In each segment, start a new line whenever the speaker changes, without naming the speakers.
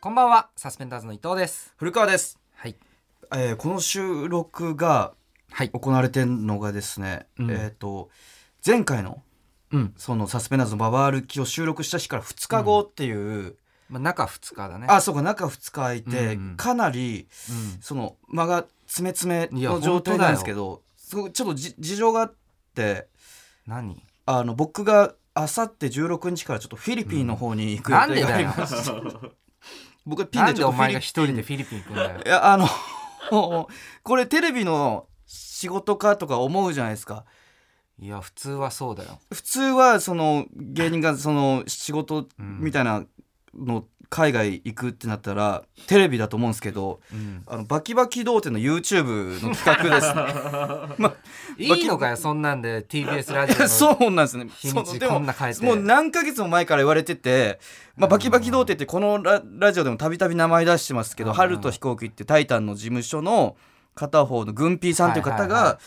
こんばんはサスペンダーズの伊藤です
古川です、
はい
えーこの収録が
はい
行われてるのがですね、
うん
えっ、と前回の
うん、
そのサスペンダーズのババ歩きを収録した日から2日後っていう、
まあ、中2日だね
あそうか中2日空いて、
うんうん
かなり
うん
その間が詰め詰め
いや
の状態なんですけどすごいちょっとじ事情があって
何
あの僕があさって16日からちょっとフィリピンの方に行く予
なん
定
で
があ
だ
り
よ
まして、僕はピン
な
で
ん
ち
で
ょっ
お
とフィ
前
リ
が
ピン
一人でフィリピン行くんだよ
いやあの これテレビの仕事かとか思うじゃないですか
いや普通はそうだよ
普通はその芸人がその仕事みたいなの海外行くってなったらテレビだと思うんですけど
うん
あのバキバキ童貞の YouTube の企画ですね
いいのかよそんなんで TBS ラジオ
いや
の
そうなんですね
日
そ
に
の
ち
で
こ
も
んな変えて
もう何ヶ月も前から言われてて、まあ、バキバキ童貞ってこのララジオでもたびたび名前出してますけど
うん
春と飛行機ってタイタンの事務所の片方の軍ーさんという方
はいはい
が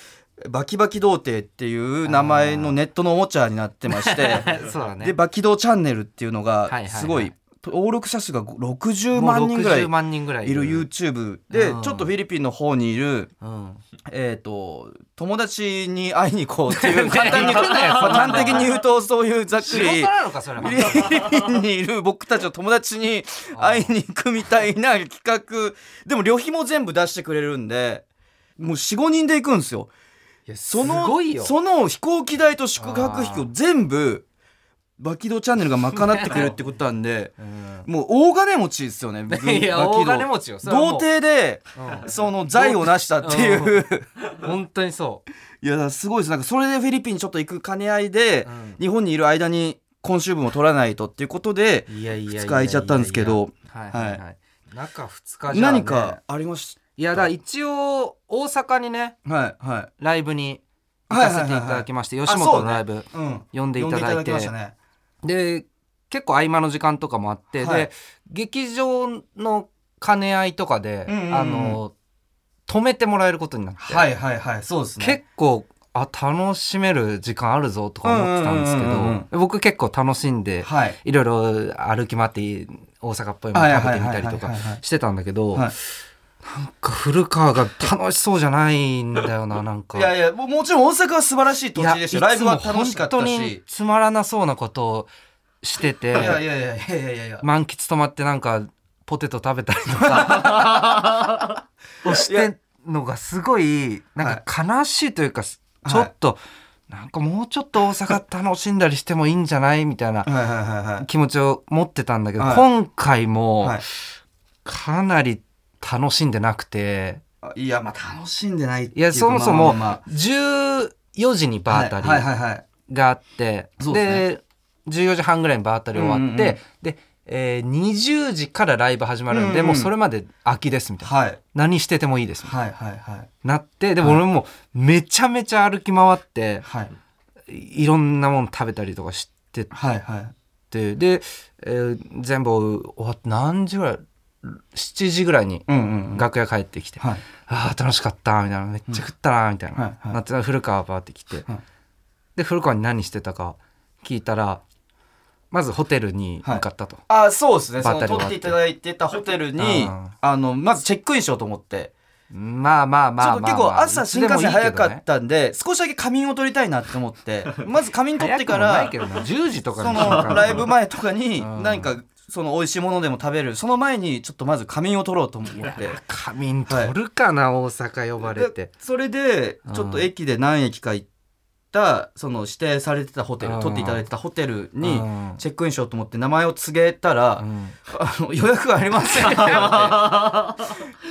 バキバキ童貞っていう名前のネットのおもちゃになってまして
そうだね
でバキ童チャンネルっていうの
いはいは
が
い
すごい登録者数が60
もう
万人ぐらい
60万人ぐらい
いる YouTube で
うん
ちょっとフィリピンの方にいる
うん
えー、と友達に会いに行こうっ ていう
ね
簡単に、
行くなよ
まあ端的に言うとそういうざっく
仕
り
事なのかそれは
フィリピン にいる僕たちの友達に会いに行くみたいな企画でも旅費も全部出してくれるんでもう45人で行くんですよその
すごいよ
その飛行機代と宿泊費を全部バキドチャンネルが賄ってくれるってことなんで
うん
もう大金持ちですよ ね
い や大金
ち
持ちよそれはもう
童貞でその財を成したっていう。
うん本当にそう
いやだからすごいですなんかそれでフィリピンにちょっと行く兼ね合いで、
うん
日本にいる間に今週分を取らないとっていうことで
いやいやいや
二日空いちゃったんですけど
はいはいはい、
は
中2日じゃ、ね、
何かありまし
いやだから一応大阪にね
たはいは
ライブに行かせていただきまして、
いはいはい
吉本のライブ、
い、うん、
呼んでい
呼ん
た
でいた
だい
だき
て
ましたね
で結構合間の時間とかもあって、
はい
で劇場の兼ね合いとかで、
うんうんうん
あの止めてもらえることになって、
はいはいはいそうですね
結構あ楽しめる時間あるぞとか思ってたんですけど、
うんうんうん
僕結構楽しんで
はい
いろいろ歩き回って大阪っぽいもの食べてみたりとか
はいはいはいはいはい
してたんだけど、
はい
なんか古川が楽しそうじゃないんだよ ななんか。
いやいやもうもちろん大阪は素晴らしい土地でしたよライブは楽しかった
いつも本当に
し
つまらなそうなことをしてて
いやいやいやいやいやいやいや
満喫止まってなんかポテト食べたりとか をしてんのがすごいなんか悲しいというか、
い
ちょっとなんかもうちょっと大阪楽しんだりしてもいいんじゃないみたいな
はいはいはいはい
気持ちを持ってたんだけど、
はい
今回も
はい
かなり楽しんでなくて
あいやまあ楽しんでないっていうか
いやそもそも
まあまあま
14時に
あ
バータリー
はいはいはいはい
があって
そうで
14時半ぐらいにバータリー終わって、
うんうんうん
で、えー20時からライブ始まるんで、
うんうん
もうそれまで空きですみたいな
はい
何しててもいいですみたい
はいはいはい
ななってでも
はい
俺もめちゃめちゃ歩き回って
はい
いろんなもの食べたりとかして
はいはい
てで、えー全部終わって何時ぐらい7時ぐらいに
うんうんうん
楽屋帰ってきて「
はい
あー楽しかった」みたいな「めっちゃ食ったな」みたいな、
はいはい
なって古川バーって来て、
はい
で古川に何してたか聞いたらまずホテルに向かったと、
あそうですねそ
バッ
の
タリ終わって
取っていただいてたホテルに
うん
あのまずチェックインしようと思って、
まあまあまあまあ、まあ、
ちょっと結構朝
いつ
新
でも
幹
いいけ
線
ど
早かっ
ね
たんで少しだけ仮眠を取りたいなって思ってま ず仮眠取っ
早
て
く
か
もない
ら
けどな10時とか
そ
に行くか
の
ら
ライブ前とかに
うん
何かその美味しいものでも食べるその前にちょっとまず仮眠を取ろうと思って。
仮眠取るかな、大阪呼ばれて
でそれで
うん
ちょっと駅で何駅か行ったその指定されてたホテ
う
ル
ん
取っていただいてたホテル
う
に
ん
チェックインしようと思って名前を告げた ら、
うん
あの予約がありませんって言わ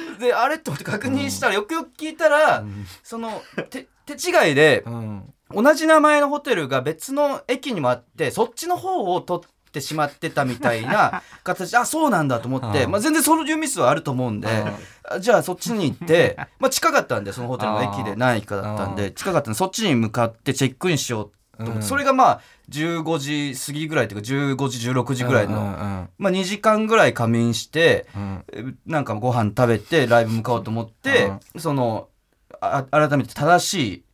れてであれって思って確認したら、よくよく聞いたら、その手手違いで
うん
同じ名前のホテルが別の駅にもあってそっちの方を取ってしまってたみたい な形あそうなんだと思って、
うん
まあ、全然そういうミスはあると思うんで、あじゃあそっちに 行って、まあ、近かったんでそのホテルの駅で何駅かだったん
う
で近かったんでそっちに向かってチェックインしようと思って、
うん
それがまあ15時過ぎぐらいというか15時16時ぐらいの。
うんうん
まあ、2時間ぐらい仮眠して
うん
えなんかご飯食べてライブ向かおうと思って、そのあ改めて正しい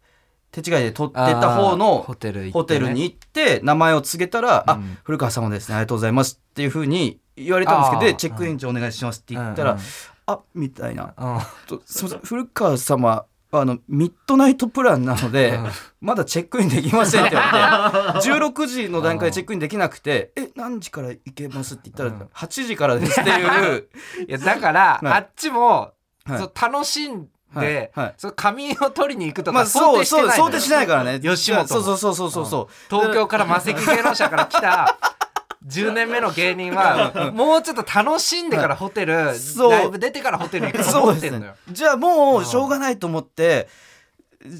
手違いで取ってた方
あー
の
ホテル行ってね
ホテルに行って名前を告げたら「
う
あ
ん
古川様ですねありがとうございます」っていうふうに言われたんですけど
あー
でチェックインじゃお願いしますって言ったら、
うんうん
あみたいな
うん
とすいません古川様あのミッドナイトプランなので、
うん
まだチェックインできませんって言わ れて16時の段階でチェックインできなくて「え何時から行けます?」って言った
う
ら
ん
「8時からです」っていう、
いやだから、
はい
あっちも、
はい
そう楽しんで、
はいはい
そう仮眠を取りに行くと
ま
か
あそ
想定
う
してないの
そう
よ、
想定しないからね
吉本も
そうそうそうそうそうそう
東京からマセキ芸能者から来 た10年目の芸人はもうちょっと楽しんでからホテル
そう
ライブ出てからホテル行くと
そう
思っ
で
て
す
んの
ね
よ。
じゃあもうしょうがないと思って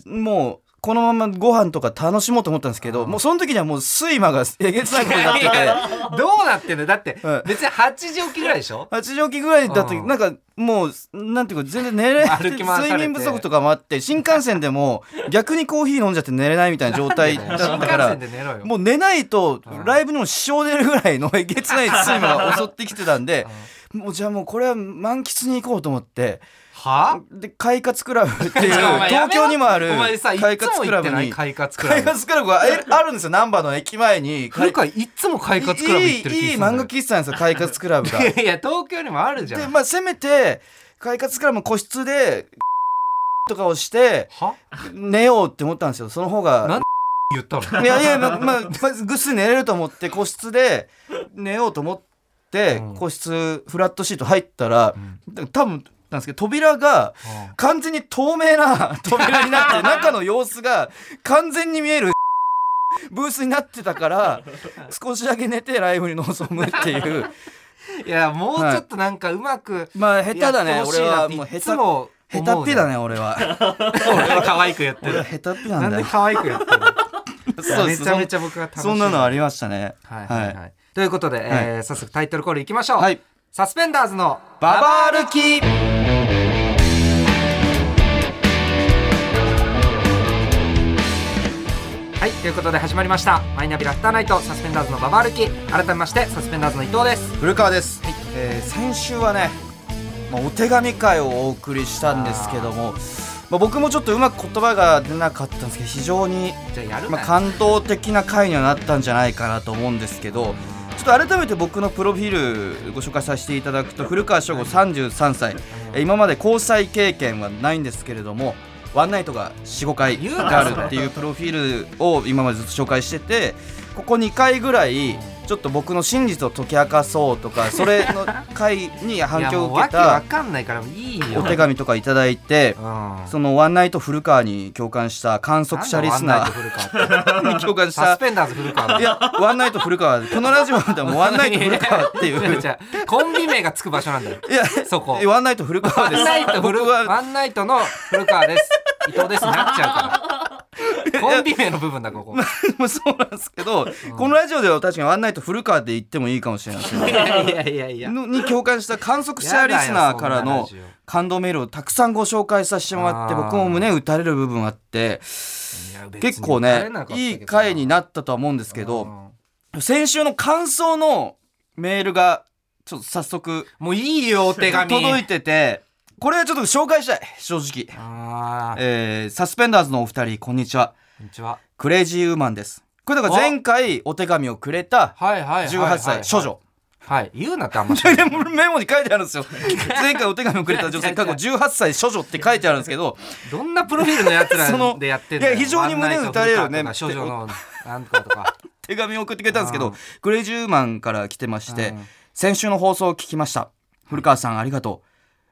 もうこのままご飯とか楽しもうと思ったんですけどもうその時にはもう睡魔がえげつないことになってて
どうなってんのよだって
はい
別に8時起きぐらいでしょ
8時起きぐらいだと
うん
なんかもうなんていうか全然寝れない
歩き回されて
睡眠不足とかもあって新幹線でも逆にコーヒー飲んじゃって寝れないみたいな状態
新
だっ
幹
たから
線で寝ろよ。
もう寝ないと
うん
ライブにも支障出るぐらいのえげつない睡魔が襲ってきてたんで
うん
もうじゃあもうこれは満喫に行こうと思って
は
で快活クラブって いう
ちょお前や
東
めろ
京にもある
お前さい
快
つ
活
も
ク
行
ラ
っ
ブ
てない
に
快活クラ
快
ブ。
活クラブがえあるんですよ難波の駅前に
古川いつも快活クラブ行ってる
い
気
い
す
いい
るんだよ
漫画喫茶なんですよ快活クラブが
いや東京にもあるじゃ
で
ん。
まあせめて快活クラブの個室で とかをして
は
寝ようって思ったんですよその方が
言ったの。
いやいやまあまあまずぐっすり寝れると思って個室で寝ようと思って、
うん
個室フラットシート入ったら
うん
多分なんですけど扉が完全に透明な 扉に なって中の様子が完全に見える ブースになってたから少しだけ寝てライブに臨むっ ていう
いやもうちょっとなんかうまく
まあ下手だ
や
ね
ってほし
俺
いな
は
って
もう
いつ
下手
も思う
下手っぺだ
ね。
ね俺は。
可愛くやって
俺は
る。
下手っぺ な
なんん
だ
で
よ。
可愛くやってるの。
そう
め
です
ちゃめちゃ僕が楽しい。
そんなのあ
は
りましたね。
いはいはい。ということで、えー早速タイトルコールいきましょう。
はい
サスペンダーズの
ババ歩き。
はいということで始まりましたマイナビラフターナイトサスペンダーズのババ歩き改めましてサスペンダーズの伊藤です。
古川です
はい。
えー先週はね、まあお手紙会をお送りしたんですけども、まあ僕もちょっとうまく言葉が出なかったんですけど非常に
じゃあやる
ま
な
あ
よ。
感動的な回にはなったんじゃないかなと思うんですけど。ちょっと改めて僕のプロフィールご紹介させていただくと古川翔吾33歳えー今まで交際経験はないんですけれどもワンナイトが45回
言うな
あるっていうプロフィールを今までずっと紹介しててここ2回ぐらいちょっと僕の真実を解き明かそうとかそれの回に反
いや
響
も
を
う
受
わ
け
けわ
た
かんないからいいよ。
お手紙とかいただいて
うん。
そのワンナイト古川に共感した観測者リスナ
なんだワンナイト古川って
ーに共 感し
サ
た
スペンダーズ古川
いやワンナイト古川このラジオでもワンナ イト古川ってい
違
う
う違うコンビ名がつく場所なんだよ
いや
そこ
えワンナイト古川
ワン
です
ナイト古
僕は
ワンナイトの古川です伊藤ですなっちゃうからコンビ名の部分だここ
もうそうなんですけど、このラジオでは確かにワンナイト古川で言ってもいいかもしれないです
いやいやいやい
けどのに共感した観測者リスナーから
やだよ
の
そんなラジ
感動メールをたくさんご紹介させてもらって
あー
僕も胸打たれる部分あって
オ
結構ねいい回に
る
なったとは思うんですけど先週の感想のメールがちょっと早速
もういいよお手紙
届いててこれはちょっと紹介したい正直、
あー
えーサスペンダーズのお二人こんにちは
こんにちは
クレイジーウーマンですこれだから前回お手紙をくれた
はいはいはいはい
18歳少女
はい言うなってあんまし
いや でもメモに書いてあるんですよ 前回お手紙をくれた 女性過去18歳処女って書いてあるんですけど
どんなプロフィールのやつ ら
その
でやってんだよ
いや非常に胸打たれるね
ワンナイト古川とか少女のなんとかとか
手紙を送ってくれたんですけ
う
ど
ん
グレイジューマンから来てまして
うん
先週の放送を聞きました古川さんありがとう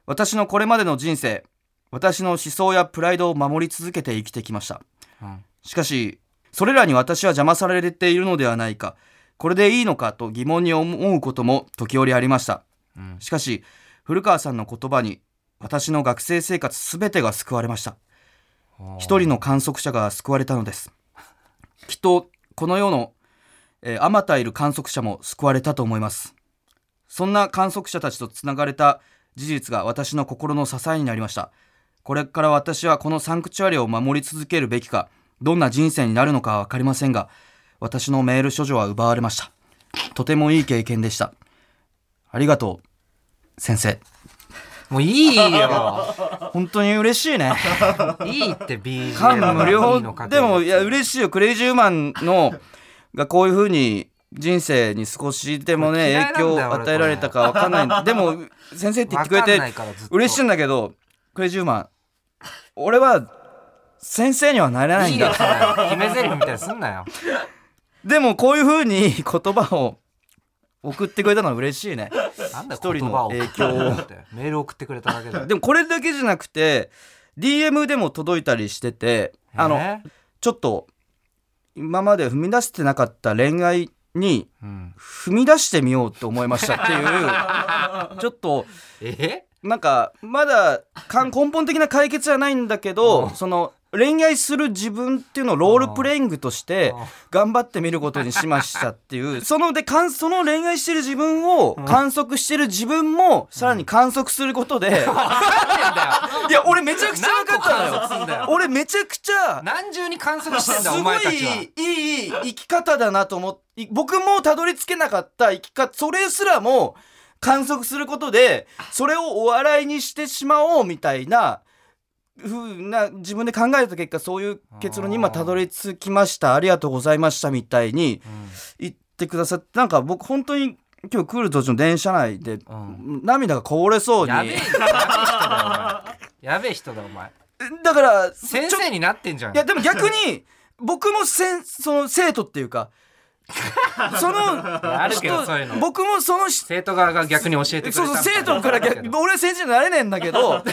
私のこれまでの人生私の思想やプライドを守り続けて生きてきました
うん
しかしそれらに私は邪魔されているのではないかこれでいいのかと疑問に思うことも時折ありました
うん
しかし古川さんの言葉に私の学生生活すべてが救われました一人の観測者が救われたのですきっとこの世のえーあまたいる観測者も救われたと思いますそんな観測者たちとつながれた事実が私の心の支えになりましたこれから私はこのサンクチュアリを守り続けるべきかどんな人生になるのかは分かりませんが私のメール処女は奪われましたとてもいい経験でしたありがとう先生
もういい よ
本当に嬉しいね
いいって BGM
感無
いいの
量
かけ
でもいや
れ
嬉しいよクレイジーマンのがこういう風に人生に少しでも
俺
ね
嫌いなんだ
影響
よ
を
俺
与えられたかわか んないでも先生って言ってくれ
わか
て
んないからずっと
嬉しいんだけどクレイジーウーマン俺は先生にはなれない
い
ん
いよ
だ
それ決め台詞みたいにすんなよ
でもこういう風に 言葉を送ってくれたのは嬉しいね
なんだ
一人の
言葉を
影響を
ってメール送ってくれただけで
でもこれだけじゃなくて DM でも届いたりしててあの
ね
ちょっと今まで踏み出してなかった恋愛に
うん
踏み出してみようと思いましたっていう ちょっと
え
なんかまだかん根本的な解決じゃないんだけど
うん
その恋愛する自分っていうのをロールプレイングとして
うん
頑張ってみることにしましたっていうそのでかんその恋愛してる自分を観測してる自分もさらに観測すること で、いや俺めちゃくちゃ分かったのよ
何個観測すんだよ
俺めちゃくちゃ
何重に観測してん
す
だお
ご
前たちはい
いい生き方だなと思ってい僕もたどり着けなかった生き方それすらも観測することでそれをお笑いにしてしまおうみたいなふうな自分で考えた結果そういう結論に今たどり着きましたありがとうございましたみたいに言ってくださってなんか僕本当に今日来る途中の電車内で、
ん
涙がこぼれそうに
やべえ人だお前やべえ人だお前
だから
先
ちょ
生になってんじゃん
いやでも逆に僕もせんその生徒っていう かその
あるけどそういうの
僕もそのし
生徒側が逆に教えてくれた
そう
み
そう
たい
生
な
徒から逆俺は先生になれねえんだけ ど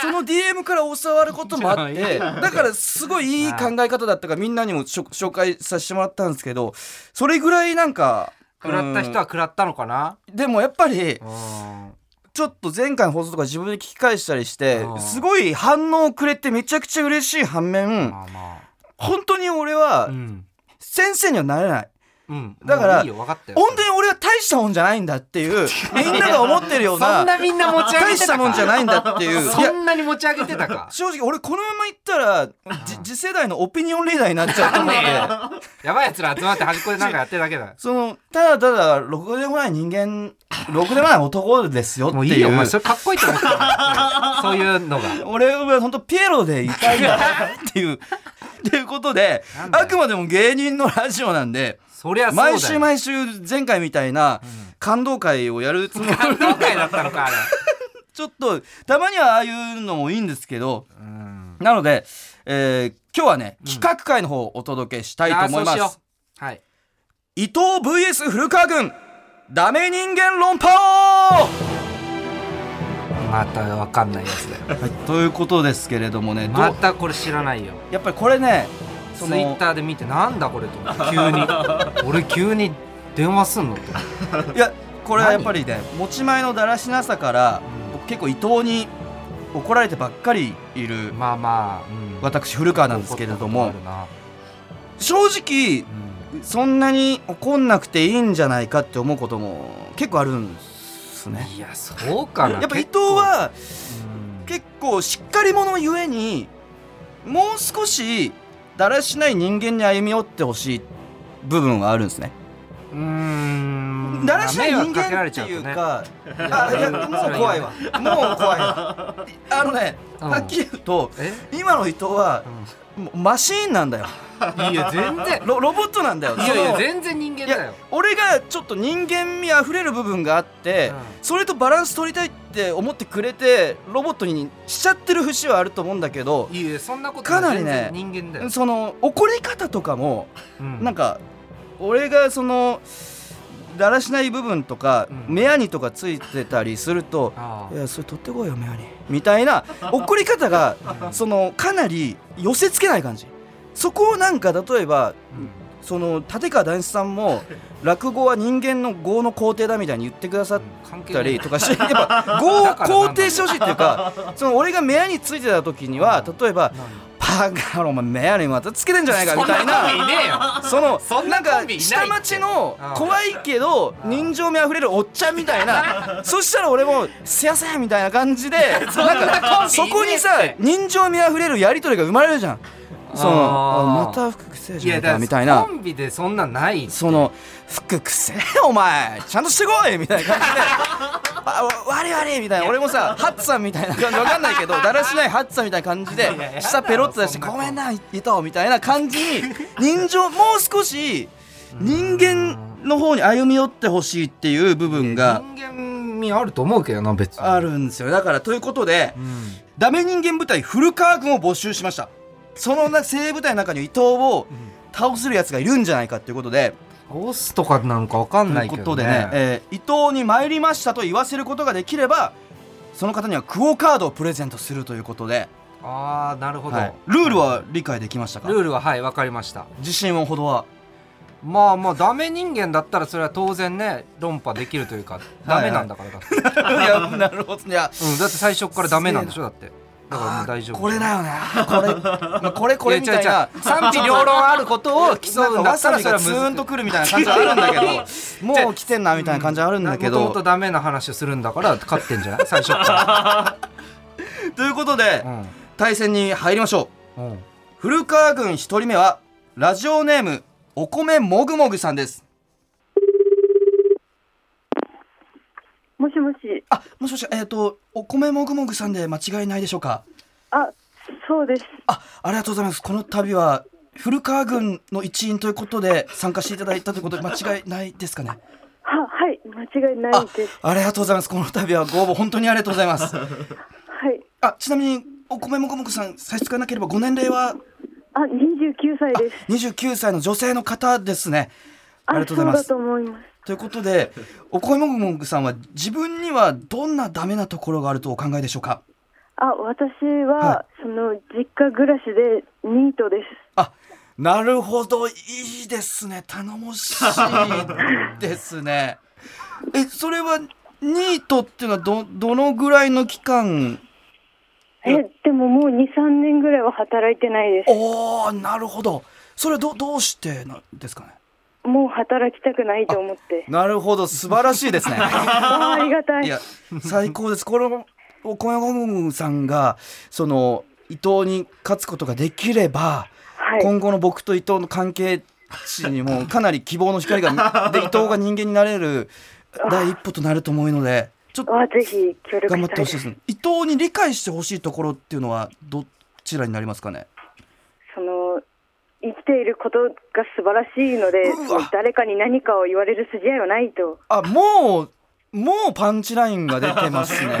その DM から教わることもあっ
いやい
て だからすごいいい考え方だったからみんなにもしょ紹介させてもらったんですけどそれぐらいなんか
食らった人は食らったのかな
うんでもやっぱり
うん
ちょっと前回の放送とか自分で聞き返したりして
うん
すごい反応をくれてめちゃくちゃ嬉しい反面
まあま
本当に俺
あう
は
ん
先生にはなれない。
うん
だから
もういいよ分かったよ
本当に俺は大したもんじゃないんだって いうみんなが思ってるよう
そん
な
なみんな持ち上げてたか
大したもんじゃないんだっていうい
そ
や
んなに持ち上げてたか
正直俺このままいったらじ次世代のオピニオンリーダーになっちゃうと思って
やばいやつら集まって端っこでなんかやってるだけだ
そのただただろくでもない人間ろくでもない男ですよって
もういい
い
よお
う
前それかっこいいと思ってたそういうのが
俺は本当ピエロでいたいんだっ ていう。っていうことで
なんだよ
あくまでも芸人のラジオなんで
そりゃそうだよ
毎週毎週前回みたいな感動会をやるつもり
運動会だったのかあれ
ちょっとたまにはああいうのもいいんですけど
うん
なので、えー今日はね、企画会の方をお届けしたいと
あ
思い
ーそうし
ま
よ
す。
うはい
伊藤 VS 古川軍、ダメ人間論破王、
また分かんないやつだよ
はい、ということですけれどもね、どう
またこれ知らないよ
やっぱりこれね、
ツ
そ
イ
の
ッターで見てなんだこれと思って急 に俺急に電話すんのと思って
いや、これはやっぱりね、持ち前のだらしなさから、僕結構伊藤に怒られてばっかりいる、
まあまあ、うん
私、古川なんですけれど
怒
も
ったこ、とあ
正直
る、な
そんなに怒んなくていいんじゃないかって思うことも結構あるんです
うん
ね。
いやそうかな
やっぱ伊
結
藤
構
は
うん
結構しっかり者ゆえにもう少しだらしない人間に歩み寄ってほしい部分はあるんですね。
うーん
だらしない人
迷惑かけら
間
れ
って
ちゃう
いう
とね
か、あいやもう怖いわもう怖いわあのね
うん
はっきり言うと
え、
今の伊藤はもうマシーンなんだよ
うん、いや全然
ロロボットなんだよ。
いやい
そ
や
の
全然人間だよ
俺がちょっと人間味あふれる部分があって、
うん
それとバランス取りたいって思ってくれてロボットにしちゃってる節はあると思うんだけど
いやいやそんなこと
かなりね
全然人間だよ、
その怒り方とかも、
うん
なんか俺がそのだらしない部分とか、
うん
目やにとかついてたりすると
あ
「い
あ
やそれ取ってこいよ目やに」みた いな怒り方が
うん
そのかなり寄せつけない感じ。そこをなんか例えば
うん
その立川談志さんも落語は人間の業の肯定だみたいに言ってくださっ
関係
た
ない
りとかしてや っぱ業を肯定してほしいっていうかその俺が目やについてた時には例えば「パーカーお前目やにまたつけてんじゃないか」みたい
そんなコンビい
な。
ねえよ
その
そんな
な
ん
か
コンビいないって
下町の
うん
怖いけど人情味あふれるおっちゃんみた いなそしたら俺も「すいません」みたいな感じでなんかそこにさ人情味あふれるやり取りが生まれるじゃん。その
あー
また服くせえ
い
じ
や
ゃねえ
だか
からみたいな
コンビでそんなんない
その服くせえお前ちゃんとしてこいみたいな感じであわ悪い悪いみたいな俺もさハッツさんみたいな感じわかんないけどだらしないハッツさんみたいな感じで
いやいや
下ペロッと出
そ
して
んな
ごめんな伊藤みたいな感じに人情もう少し人間の方に歩み寄ってほしいっていう部分が
人間味あると思うけどな別に
あ、るんですよだからということで
うん、
ダメ人間部隊古川軍を募集しましたそのな精鋭部隊の中に伊藤を倒せるやつがいるんじゃないかということで
倒すとかなのか分か
と
んないいうけ
こ
ど、ね、
とでね、えー伊藤に参りましたと言わせることができればその方にはクオ・カードをプレゼントするということで、
ああなるほど、
はいルールは理解できましたか
ルールははい分かりました
自信をほどは
まあまあダメ人間だったらそれは当然ね論破できるというかダメなんだからだって、
いやなるほどいや
うん、だって最初からダメなんでしょだってだからもう大丈夫
これだよねこれ、まあ、これこれみたい
や違う
な
違う賛否両論あることを競うん
な
だ
んかわ
った
さ
ら
び
それは難
がツ
しい
ーンとくるみたいな感じはあるんだけどもう来てんなみたいな感じはあるんだけ
もともと
ど
ダメな話をするんだから勝ってんじゃない最初か
ということ で
ら、
対戦に入りましょう
うんうん、
古川軍1人目はラジオネームお米もぐもぐさんです
もしもし。
あもしもしえっ、とお米もぐもぐさんで間違いないでしょうか
あ、そうです。
あありがとうございますこの度は古川軍の一員ということで参加していただいたということで間違いないですかね
は、はい、間違いないです。
ありがとうございますこの度はご応募本当にありがとうございます
はい。
あちなみにお米もこもこさん差し支えなければご年齢は
あ、29歳です。
29歳の女性の方ですねありがとうございま
そうだ
す
と思います。
ということでお米もこもこさんは自分にはどんなダメなところがあるとお考えでしょうか
あ、私は、
は
その実家暮らしでニートです。
あなるほどいいですね頼もしいです ねえそれはニートっていうのはどどのぐらいの期間
え、でももう2、3年ぐらいは働いてないで
おーなるほどそれはどどうしてなんですかね
す。もう働きたくないと思って。
なるほど素晴らしいです ね
あー、ありがたい。
いや最高ですこれもおこやごむむさんがその伊藤に勝つことができれば、
はい。
今後の僕と伊藤の関係値にもかなり希望の光がで伊藤が人間になれる第一歩となると思うのでちょっと
あ、ぜひ協力
頑張
し
って
た
ほ
いで。
しいですすね伊藤に理解してほしいところっていうのはどちらになりますかね
その、生きていることが素晴らしいので
うわ、
誰かに何かを言われる筋合いはないと。
あもうもうパンチラインが出てますね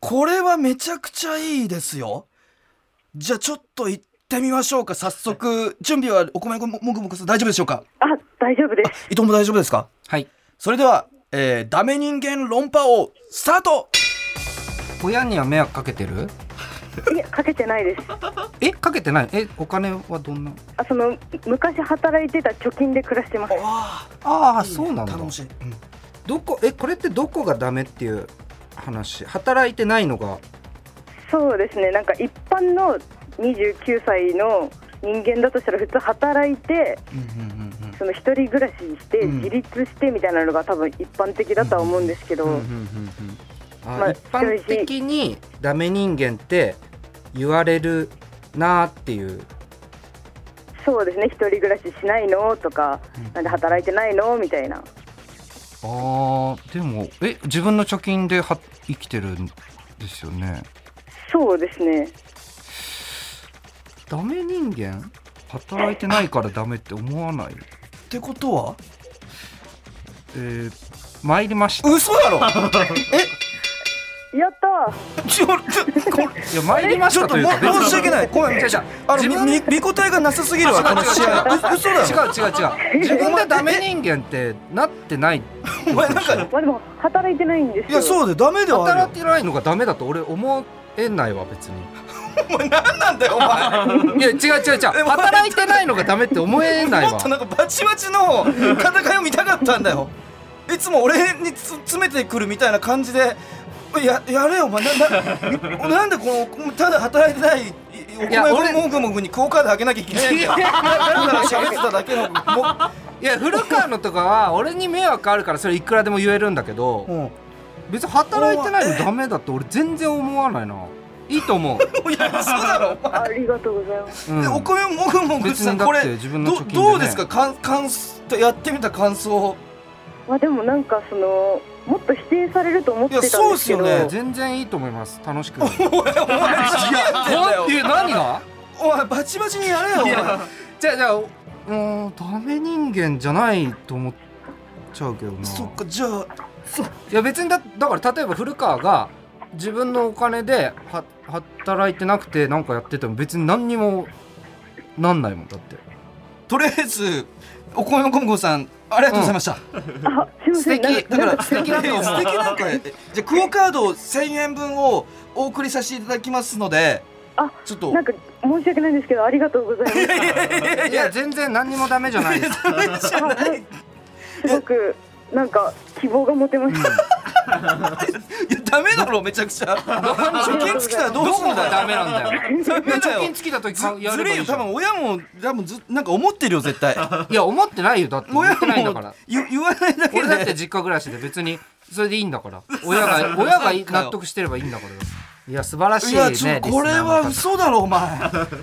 これはめちゃくちゃいいですよじゃあちょっと行ってみましょうか早速準備はお米ももぐもぐさん大丈夫でしょうか
あ、大丈夫です。
伊藤も大丈夫ですか
はい
それでは、えーダメ人間論破王スタート
親には迷惑かけてる
いや、かけてないです。
えかけてないえお金はどんな
あその昔働いてた貯金で暮らしてます。
あ
ああ
ー
そうなんだ
楽しい、うん
どこえこれってどこがダメっていう話働いてないのが
そうですね。なんか一般の29歳の人間だとしたら普通働いて
うんうんうんうん
その一人暮らしして
うん
自立してみたいなのが多分一般的だとは思うんですけど、
あ
まあ
一般的にダメ人間って言われるなーっていう
そうですね。一人暮らししないのとか、なんで働いてないのみたいな。
あーでもえ自分の貯金では生きてるんですよね
そうですね。
ダメ人間働いてないからダメって思わない
ってことは
えー、参りましたい
嘘やろえ
やったー。
ちょちょこれ
や参りま
ち
し
ょったと
という
も
か
申し訳ない
ごめん違う違う
あの
自
み
分
み見応えがなさすぎるわこの試合う嘘だ
違
ろ
う違う違う自分がダメ人間ってなってない
お前なんか
まあでも働いてないんです
い
よ。
やそうだよダメではあるよ
働いてないのがダメだと俺思えないわ別に
お前何なんだよお前
いや違う違う違う働いてないのがダメって思えない
も
わ
っとなんかバチバチの戦いを見たかったんだよいつも俺につ詰めてくるみたいな感じでややれよお前なななんでこのただ働いてないいお
いや
前
俺
もぐもぐにクオカード開けなきゃいけないんだよ
いや
だから喋ってただけのも
いや古川のとかは俺に迷惑あるからそれいくらでも言えるんだけど
う、うん、も
別に働いてないのダメだって俺全然思わないないいと思う、
ういやそうだろお前
ありがとうございます。
うん
でお米もぐもぐさん
別にだって
これ
自分の貯
ど
金でね
どうですかかん感想やってみた感想
まあでもなんかそのもっと否定されると思ってたんですけ
い
ど。
やそうっすよね
全然いいと思います楽しく
お前お前
なんていう何が
お前バチバチにやれよお
じ
前
ゃあじゃあもうダメ人間じゃないと思っちゃうけどな
そっかじゃあ
いや別にだだから例えば古川が自分のお金では働いてなくてなんかやってても別に何にもなんないもんだって
とりあえずお米のこむこさんありがとうございました、
あすいま
素
せんなん
敵だから素敵だ
だ
と
け
思
ど
う
素敵なんかじゃあクオカード1000円分をお送りさせていただきますので
あ
ちょっと
なんか申し訳ないんですけどありがとうございます
いや全然何にもダメじゃないです
はいすごくなんか希望が持てました、
いやダメだろめちゃくちゃ貯金つきたらどう
ど
すん
こが
だ
ダ
よ
メなんだよ
ダメだ
貯
よ
金つきた時か
ず
や
ず
れば
る
い
い
い
よ
じ
多
ゃん
分親も多分ずなんか思ってるよ 絶対
いや思ってないよだって思
親
ってないんだ
も
から
言言わないだけ
俺だっ
で
て実家暮らしで別にそれでいいんだから親が親が
そうかよ
納得してればいいんだからいや素晴らしい
い
ね
やちょっとこれは
リス
嘘だろお前
ナーの方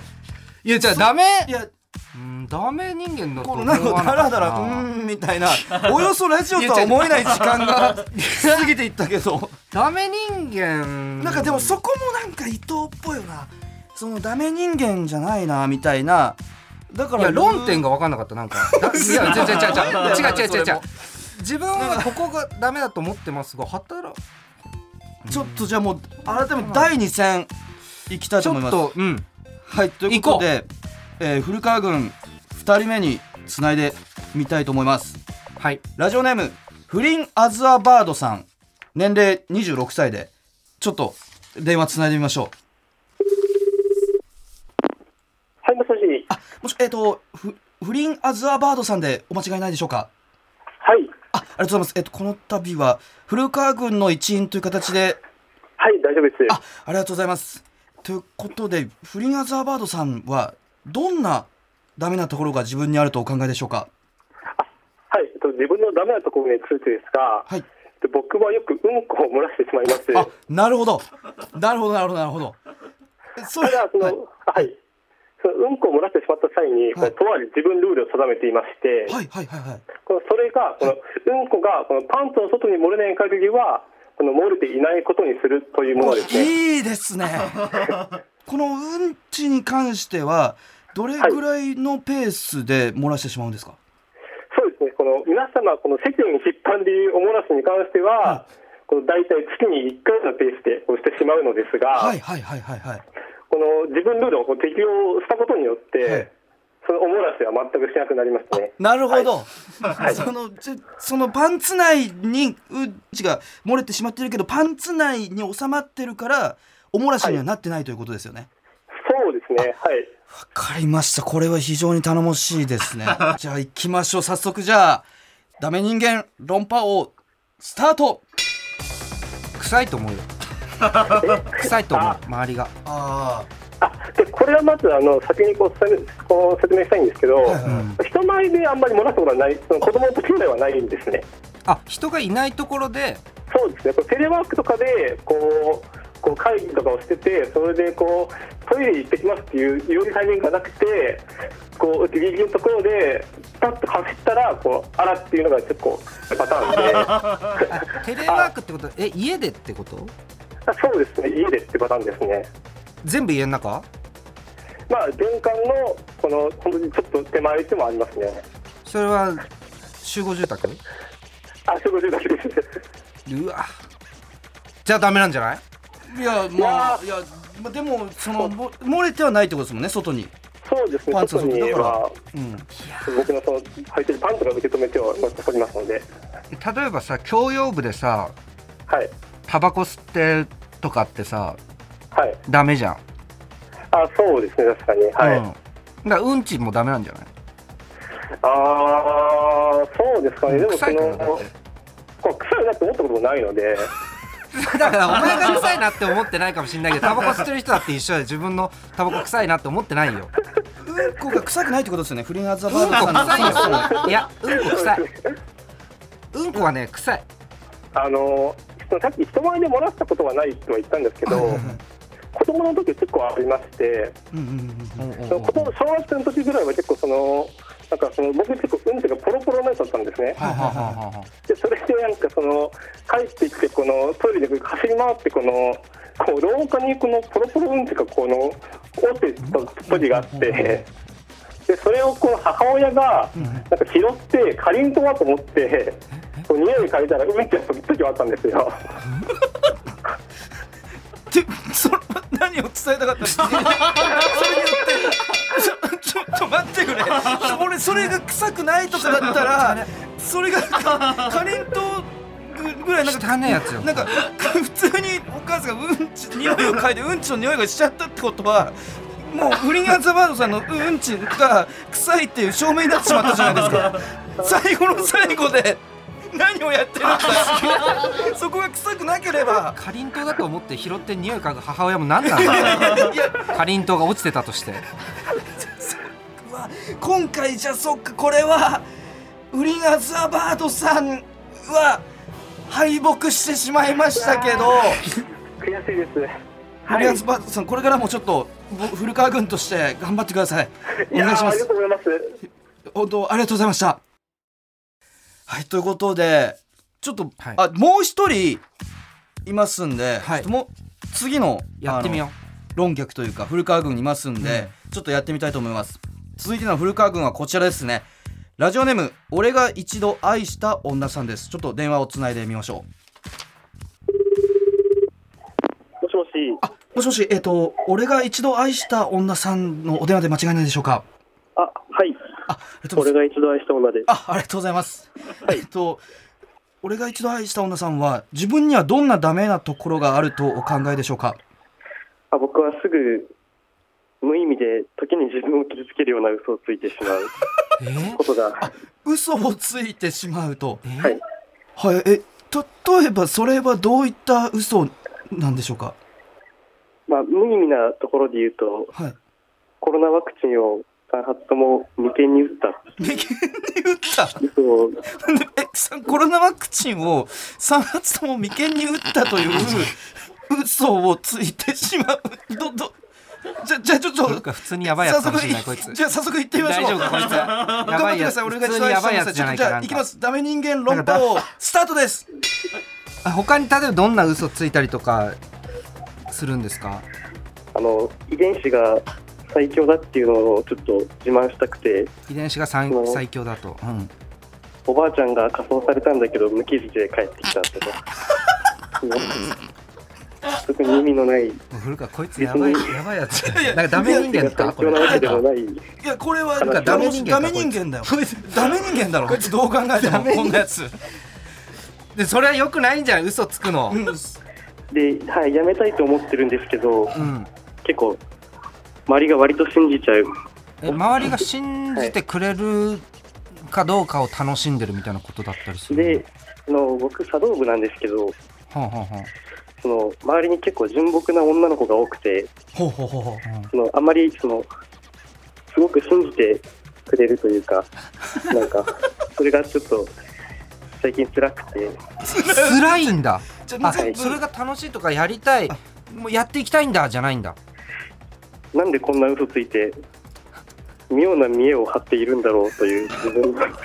いやじゃあダメ
いや
うんダメ人間だと
こ
思
の
う
なんかダラダラう
な
ーんみた いなおよそラジオとは思えない時間が過ぎていったけど
ダメ人間
なんかでもそこもなんか伊藤っぽいよなそのダメ人間じゃないなみたいなだか
い
ら
や論点が分かんなかったなんかだいや違う違う違う違う違う違う違う違う自分はここがダメだと思ってますが働
ちょっとじゃあもう改めて第2戦いきたい
ち
と
ょ
思い
っ
ます
とうん
はいということで、えー古川軍2人目につないでみたいと思います
はい
ラジオネームフリン・アズアバードさん年齢26歳でちょっと電話つないでみましょう
はい、もしもし。
あもしえっ、とフフリン・アズアバードさんでお間違いないでしょうか
はい。
あありがとうございます。えっと、この度は、古川軍の一員という形で、
はい、大丈夫です。
あ、ありがとうございます。ということで、フリンアザーバードさんは、どんなダメなところが自分にあるとお考えでしょうか
はい、えっと、自分のダメなところについてですが、
はい。
えっと僕はよくうんこを漏らしてしまいます。
あ、なるほど。なるほど、なるほど、なるほど。えそ
ただ、その、
は
はいい、そのうんこを漏らしてしまった際
はい
に、このとある自分ルールを定めていまして、
はい、はい、はいはい。
このそれが、このうんこがこのパンツの外に漏れない限りは、この漏れていないことにするというものですね。
いいですね。このうんちに関しては、どれぐらいのペースで漏らしてしまうんですか、
そうですね、この皆様、この世間一般でいうお漏らしに関しては、この大体月に1回のペースでしてしまうのですが、
はい、はい、はい、はい、はい。
この自分ルールをこう適用したことによって、
はい
そのおもらしは全くしなくなりましたね。
なるほど、そのちょそのパンツ内にうんちが漏れてしまってるけどパンツ内に収まってるからおもらしにはなってないということですよね
そうですね。はい。
わ、かりましたこれは非常に頼もしいですね じゃあ行きましょう早速じゃあダメ人間論破王スタート
臭いと思うよ臭いと思う周りが
あ
あ、でこれはまずあの先にこう説明こう説明したいんですけど、
はいはい
うん
人前であんまり漏らすことはない、その子供の時ぐらいはないんですね。
あ人がいないところで
そうですね。こうテレワークとかでこうこう会議とかをしてて、それでこうトイレ行ってきますっていう言うタイミングがなくて。こうギリギリのところでパッと走ったらこうあらっていうのが結構パターンであ
あテレワークってことえ家でってこと
そうですね家でってパターンですね
全部家の中
まあ、玄関のこの本当にちょっと手前でもありますね。
それは集合住宅
あ、そこでだけです。
うわじゃあダメなんじゃない
いやまあいやまあでもそのぼ漏れてはないってことですもんね外に、
そうですね。
パンツの
外に言えば
うん、
僕のその履いてるパンツが受け止めてはおりますので、
例えばさ共用部でさ
はい
タバコ吸ってとかってさ
はい。
ダメじゃん
あ、そうですね。確かに。はい。
うん、だからうんちもダメなんじゃない
ああ、そうですかね。でも
臭
そ
いから
の
だって
こう臭いなって思ったこともないので、
だからお前が臭いなって思ってないかもしれないけどタバコ吸ってる人だって一緒で自分のタバコ臭いなって思ってないよ
うんこが臭くないってことですよねフリンアザー
う
バー
ん
ド
こ
さんの
臭いよいやうんこ臭いうんこはね臭い
あのそのさっき人前で漏らしたことはないとは言ったんですけど、子供の時結構ありまして。
うんうんうんうん
その子供小学生の時ぐらいは結構そのなんかその僕結構うんちがポロポロのやつだったんですね
はははは
でそれでなんかその帰ってきてこのトイレで走り回ってこのこう廊下にこのポロポロうんちがこの落ちてた時があってでそれをこう母親がなんか拾ってかりんとうだと思ってに借りたらうんってやった時はあったんですよ。
てその何を伝えたかったのそれによってちょちょちょ待ってくれ俺それが臭くないとかだったらそれがかかりんとうぐらいなんか
汚いやつよ
なんか 普通にお母さんがうんち匂いを嗅いでうんちの匂いがしちゃったってことはもうフリーアンザバードさんのうんちが臭いっていう証明になってしまったじゃないですか最後の最後で何をやってるんだそこが臭くなければ
かりんとうだと思って拾って匂い嗅ぐ母親も何なんだ
いや
かりんとうが落ちてたとして
うわ今回じゃあそっかこれはウリガザバードさんは敗北してしまいましたけど、
悔しいです。
ウ
は
リ
い。
ガザバードさんこれからもちょっとぼ古川軍として頑張ってくださいお願いし
やー
ま
あり
す
がとうございます。
本当ありがとうございましたはいということでちょっと、
はい
あもう一人いますんで、
はい
ちょっともう次の
やってみよう
う論客というか古川軍いますんで、ちょっとやってみたいと思います続いての古川軍はこちらですねラジオネーム俺が一度愛した女さんですちょっと電話をつないでみましょう
もしもし。
あもしもしえっ、と俺が一度愛した女さんのお電話で間違いないでしょうか
あ、はい。
あありがとうございます
俺が一度愛した女です。
あ、ありがとうございます。えっと、俺が一度愛した女さんは、自分にはどんなダメなところがあるとお考えでしょうか。
あ、僕はすぐ無意味で時に自分を傷つけるような嘘をついてしまう
え
ことが。
嘘をついてしまうと。
え
はい
はい、え、と例えば、それはどういった嘘なんでしょうか。
まあ、無意味なところで言うと、
はい。
コロナワクチンを3発とも2件に打った
右に打った。
嘘を、
え、さコロナワクチンを3発とも眉間に打ったという嘘をついてしまう。ど、ど、じゃ、じゃあちょっと。
なんか普通にやばいやつかもしれない
早
こい
速
つ
じゃあ早速行ってみましょう
大丈夫かこいつや
頑張
ば
って
い
く
や
だ
つ
さい俺
普
が
通にやばいやつじゃないか
じゃ
な
あ
ん
行き
か
ますダメ人間論破王スタートです
あ他に例えばどんな嘘ついたりとかするんですか
あの、遺伝子が最強だっていうのをちょっと自慢したくて、
遺伝子が最
そう
最強だと、うん、
おばあちゃんが仮装されたんだけど、無傷で帰ってきたってと。 特に意味のない、
もう古川こいつやばい
別に
やばいやつ
いや
なんかダメ人間か
最
これ
強なわけでもない。
いやこれは
なんか
ダ
ダ
メ
メ
人
人
間
間だ
ダメ人間だよダメ人間だろこいつどう考えてもこんなやつ
でそれは良くないんじゃない嘘つくの
うん
で、はい、やめたいと思ってるんですけど、
うん
結構、周りが割と信じちゃう。
え周りが信じてくれるかどうかを楽しんでるみたいなことだったりする
で、あの僕、茶道部なんですけど、
はあはあは
その周りに結構純朴な女の子が多くて、
ほうほうほうほう
あうん
そのあんまりそのすごく信じてくれるとい うか、なんか、それがちょっと最近辛くて、
辛いん だ
じゃあ
あ
全
そ
部
れが楽しいとかやりたいもうやっていきたいんだじゃないんだ
なんでこんな嘘ついて、妙な見栄を張っているんだろうという自分の辛さ。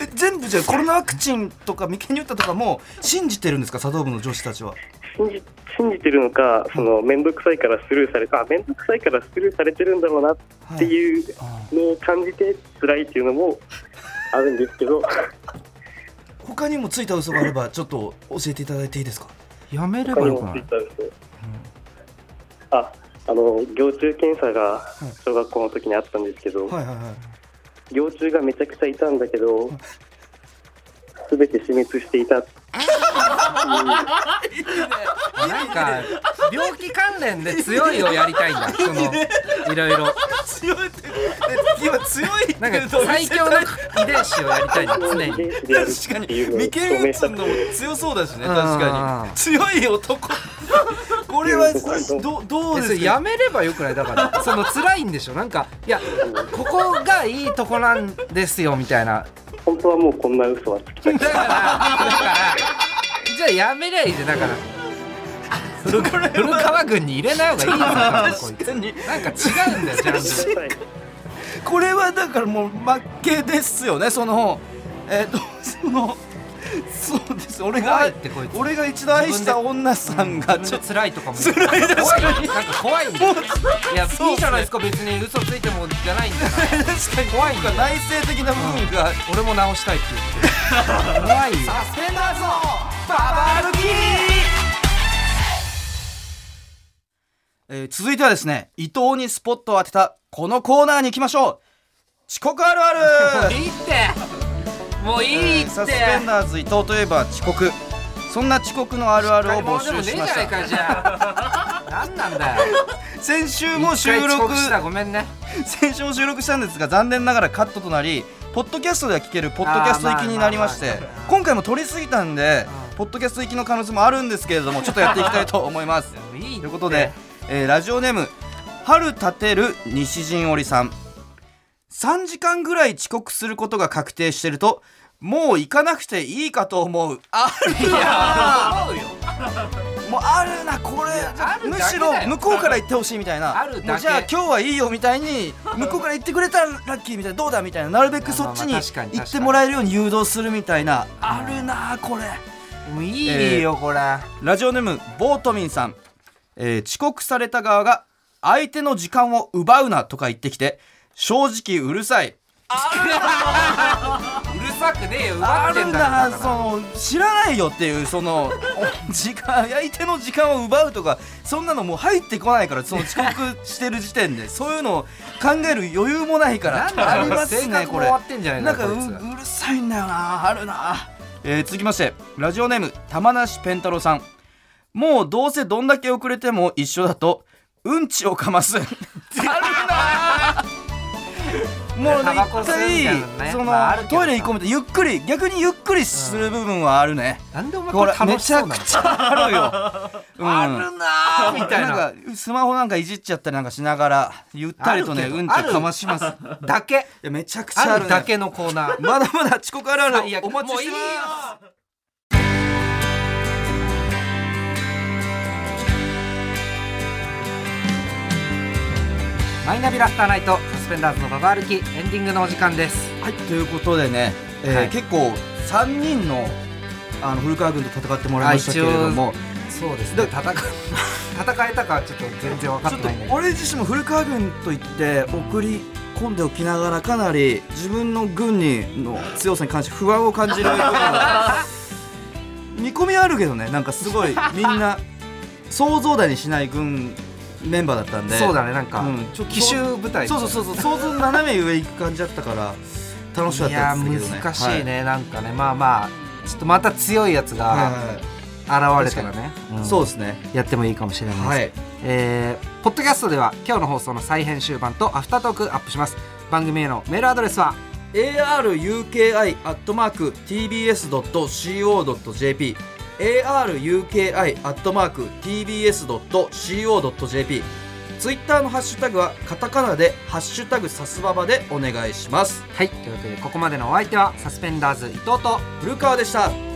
え全部じゃあコロナワクチンとか眉間に打ったとかも信じてるんですか茶道部の女子たちは
信じ信じてるのか、その面倒くさいからスルーされあ面倒くさいからスルーされてるんだろうなっていうのを感じて辛いっていうの もあるんですけど、
他にもついた嘘があればちょっと教えていただいていいですか
やめれ
他
ば
に
よくな
もツイッ
い
ターですああの行虫検査が小学校の時にあったんですけど、
はいはいはい
行虫がめちゃくちゃいたんだけど、すべて死滅していた。
なんか病気関連で強いをやり たいんだそのいろいろ
強いって今強 いって
なん
言う
か
と
最強の遺伝子をやりたいんだ常に
遺伝子でやるっ
確かに
ていうのを
眉間打
証明した
つ
っ
の
て
強そうだしね
うん
確かに強い 男これはどどう
え
で
それ
すか
やめればよくないだからその辛いんでしょなんかいやここがいいとこなんですよみたいな
本当はもうこんな嘘はつきた
だ
く
からだからじゃあやめりゃいいでだから古古川軍に入れない方がいいよこい
確かに
つなんか違うんだよジャンル
ない。
これはだからもう負けですよねそのえっ、とそのそうです俺
怖い
が
ってこいつ
俺が一度愛した女さんがち
ち
ょ
ょっ
っ
と
と
辛いとかも辛いです怖いなんか怖いんだよいや
そう
いいじゃないですか別に嘘ついてもじゃないんだから
確かに
怖いんだよ
内省的な部分が
俺も直したいって言ってる怖いよ
サスペンダーズのババ歩きえー続いてはですね伊藤にスポットを当てたこのコーナーに行きましょう遅刻あるあ
もう
る
いいってもういいって
サスペンダーズ伊藤といえば遅刻そんな遅刻のあるあるを募
でもね
集し
え
ま
じ
し
ゃない
た
かじゃあ何なんだよ
先週も収
一回遅
録
刻したごめんね
先週も収録したんですが残念ながらカットとなりポッドキャストでは聞けるポッドキャスト行きになりまし
あ
て
ーまあまあまあ
今回も撮りすぎたんで
うん
ポッドキャスト行きの可能性もあるんですけれどもちょっとやっていきたいと思います
もういいって
ということで、えーラジオネーム春立てる西陣織さん3時間ぐらい遅刻することが確定してるともう行かなくていいかと思うある
いや思うよ
もうあるなこれ
あるだけだよ
むしろ向こうから行ってほしいみたいな
あるだけ
もうじゃあ今日はいいよみたいに向こうから行ってくれたらラッキーみたいなどうだみたいななるべくそっちに
まあまあ確かに
行ってもらえるように誘導するみたいなあるなこれ
もういいよ これ
ラジオネームボートミンさん、えー遅刻された側が相手の時間を奪うなとか言ってきて正直うるさいう
るさくねえよ奪
あ
って
る
んだから
なその知らないよっていうその お時間相手の時間を奪うとかそんなのもう入ってこないからその遅刻してる時点でそういうのを考える余裕もないから
なんだ
あ
よ
ります
性
ね
格も
これ
終わってんじゃない
な
の
んかう
こいつ
うるさいんだよなあるな、えー続きましてラジオネーム玉梨ペン太郎さんもうどうせどんだけ遅れても一緒だとうんちをかます あるなもう
タバコ
一
吸うみたいなのね
回その、
まああるけど
トイレ行こうみたいなゆっくり逆にゆっくりする部分はあるね、
なんでお前
こ
こ
れ
れ
め
楽し
ち
そ
ゃ
う
く
なの
ちゃあるよ、うん
あるなーみたいなん
かスマホなんかいじっちゃったりなんかしながらゆったりとね
あるけど
うんちをかましますい
だけ
やめちゃくちゃあ
あ
る、
る
ね、
だけのコーナ ー
まだまだ遅刻あるあ
最
る
悪
お待ちして
もういいよ
ます
マイナビラフターナイトサスペンダーズのババ歩きエンディングのお時間です
はいということでね、えー
はい
結構3人のあの古川君と戦ってもらいましたけれども
そう ですね戦戦えたかちょっと全然分か
ちょ
っ
って
ないん
と
だけど
俺自身も古川軍といって送り込んでおきながらかなり自分の軍にの強さに関して不安を感じる部分 が見込みあるけどねなんかすごいみんな想像だにしない軍メンバーだったんで
そうだねなんか、
うんちょっと
奇襲部隊
そうそうそうそう想像の斜め上行く感じだったから楽しかっ
い
た
や
ですけどね
難しいね、なんかねまあまあちょっとまた強いやつ
はいはい
が
はい
現れたらね、うん
そうですね
やってもいいかもしれないです、
はい
えーポッドキャストでは今日の放送の再編集版とアフタートークアップします番組へのメールアドレスは
aruki.tbs.co.jp aruki.tbs.co.jp ツイッターのハッシュタグはカタカナで「ハッシュタグさすばば」でお願いします
はいというわけでここまでのお相手はサスペンダーズ伊藤と
古川でした